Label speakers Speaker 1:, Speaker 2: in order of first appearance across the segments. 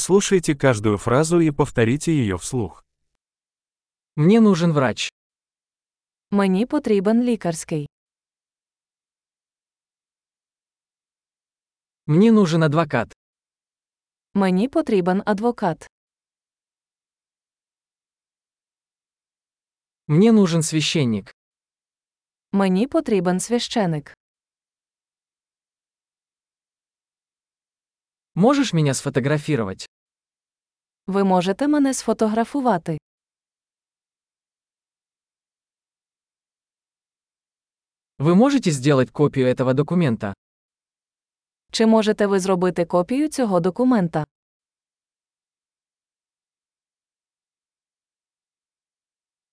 Speaker 1: Прослушайте каждую фразу и повторите ее вслух.
Speaker 2: Мне нужен врач.
Speaker 3: Мені потрібен лікарський.
Speaker 2: Мне нужен адвокат.
Speaker 3: Мені потрібен адвокат.
Speaker 2: Мне нужен священник.
Speaker 3: Мені потрібен священик.
Speaker 2: Можешь меня сфотографировать?
Speaker 3: Ви можете мене сфотографувати.
Speaker 2: Вы можете сделать копию этого документа?
Speaker 3: Чи можете ви зробити копію цього документа?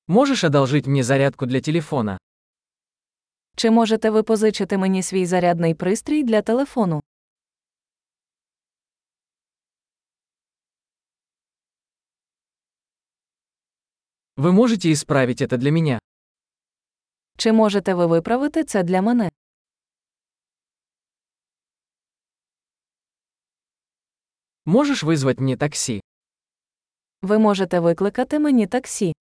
Speaker 2: Можешь одолжить мне зарядку для телефона?
Speaker 3: Чи можете ви позичити мені свій зарядний пристрій для телефону?
Speaker 2: Вы можете исправить это для меня?
Speaker 3: Чи можете ви виправити це для мене?
Speaker 2: Можешь вызвать мне такси?
Speaker 3: Ви можете викликати мені таксі.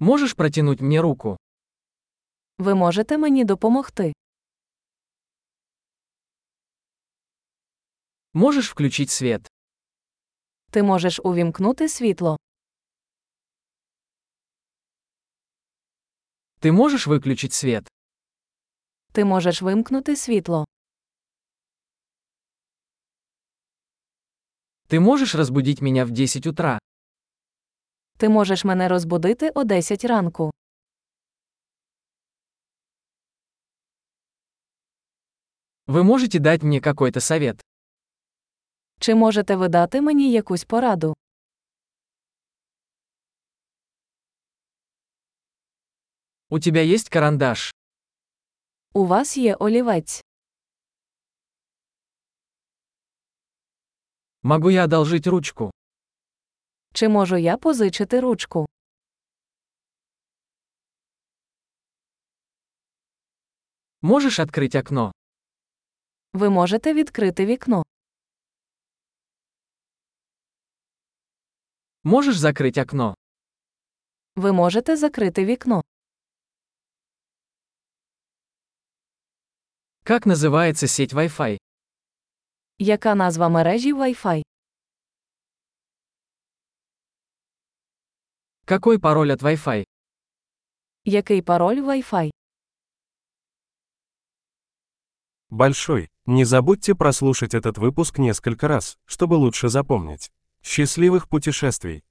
Speaker 2: Можешь протянуть мне руку?
Speaker 3: Ви можете мені допомогти.
Speaker 2: Можешь включить свет?
Speaker 3: Ти можеш увімкнути світло.
Speaker 2: Ты можешь выключить свет?
Speaker 3: Ти можеш вимкнути світло.
Speaker 2: Ты можешь разбудить меня в 10 утра?
Speaker 3: Ти можеш мене розбудити о 10 ранку.
Speaker 2: Вы можете дать мне какой-то совет?
Speaker 3: Чи можете ви дати мені якусь пораду?
Speaker 2: У тебя есть карандаш?
Speaker 3: У вас є олівець.
Speaker 2: Могу я одолжить ручку?
Speaker 3: Чи можу я позичити ручку?
Speaker 2: Можешь открыть окно?
Speaker 3: Ви можете відкрити вікно.
Speaker 2: Можешь закрыть окно?
Speaker 3: Ви можете закрити вікно.
Speaker 2: Как называется сеть Wi-Fi?
Speaker 3: Яка назва мережі Wi-Fi?
Speaker 2: Какой пароль от Wi-Fi?
Speaker 3: Який пароль Wi-Fi?
Speaker 1: Большой. Не забудьте прослушать этот выпуск несколько раз, чтобы лучше запомнить. Счастливых путешествий!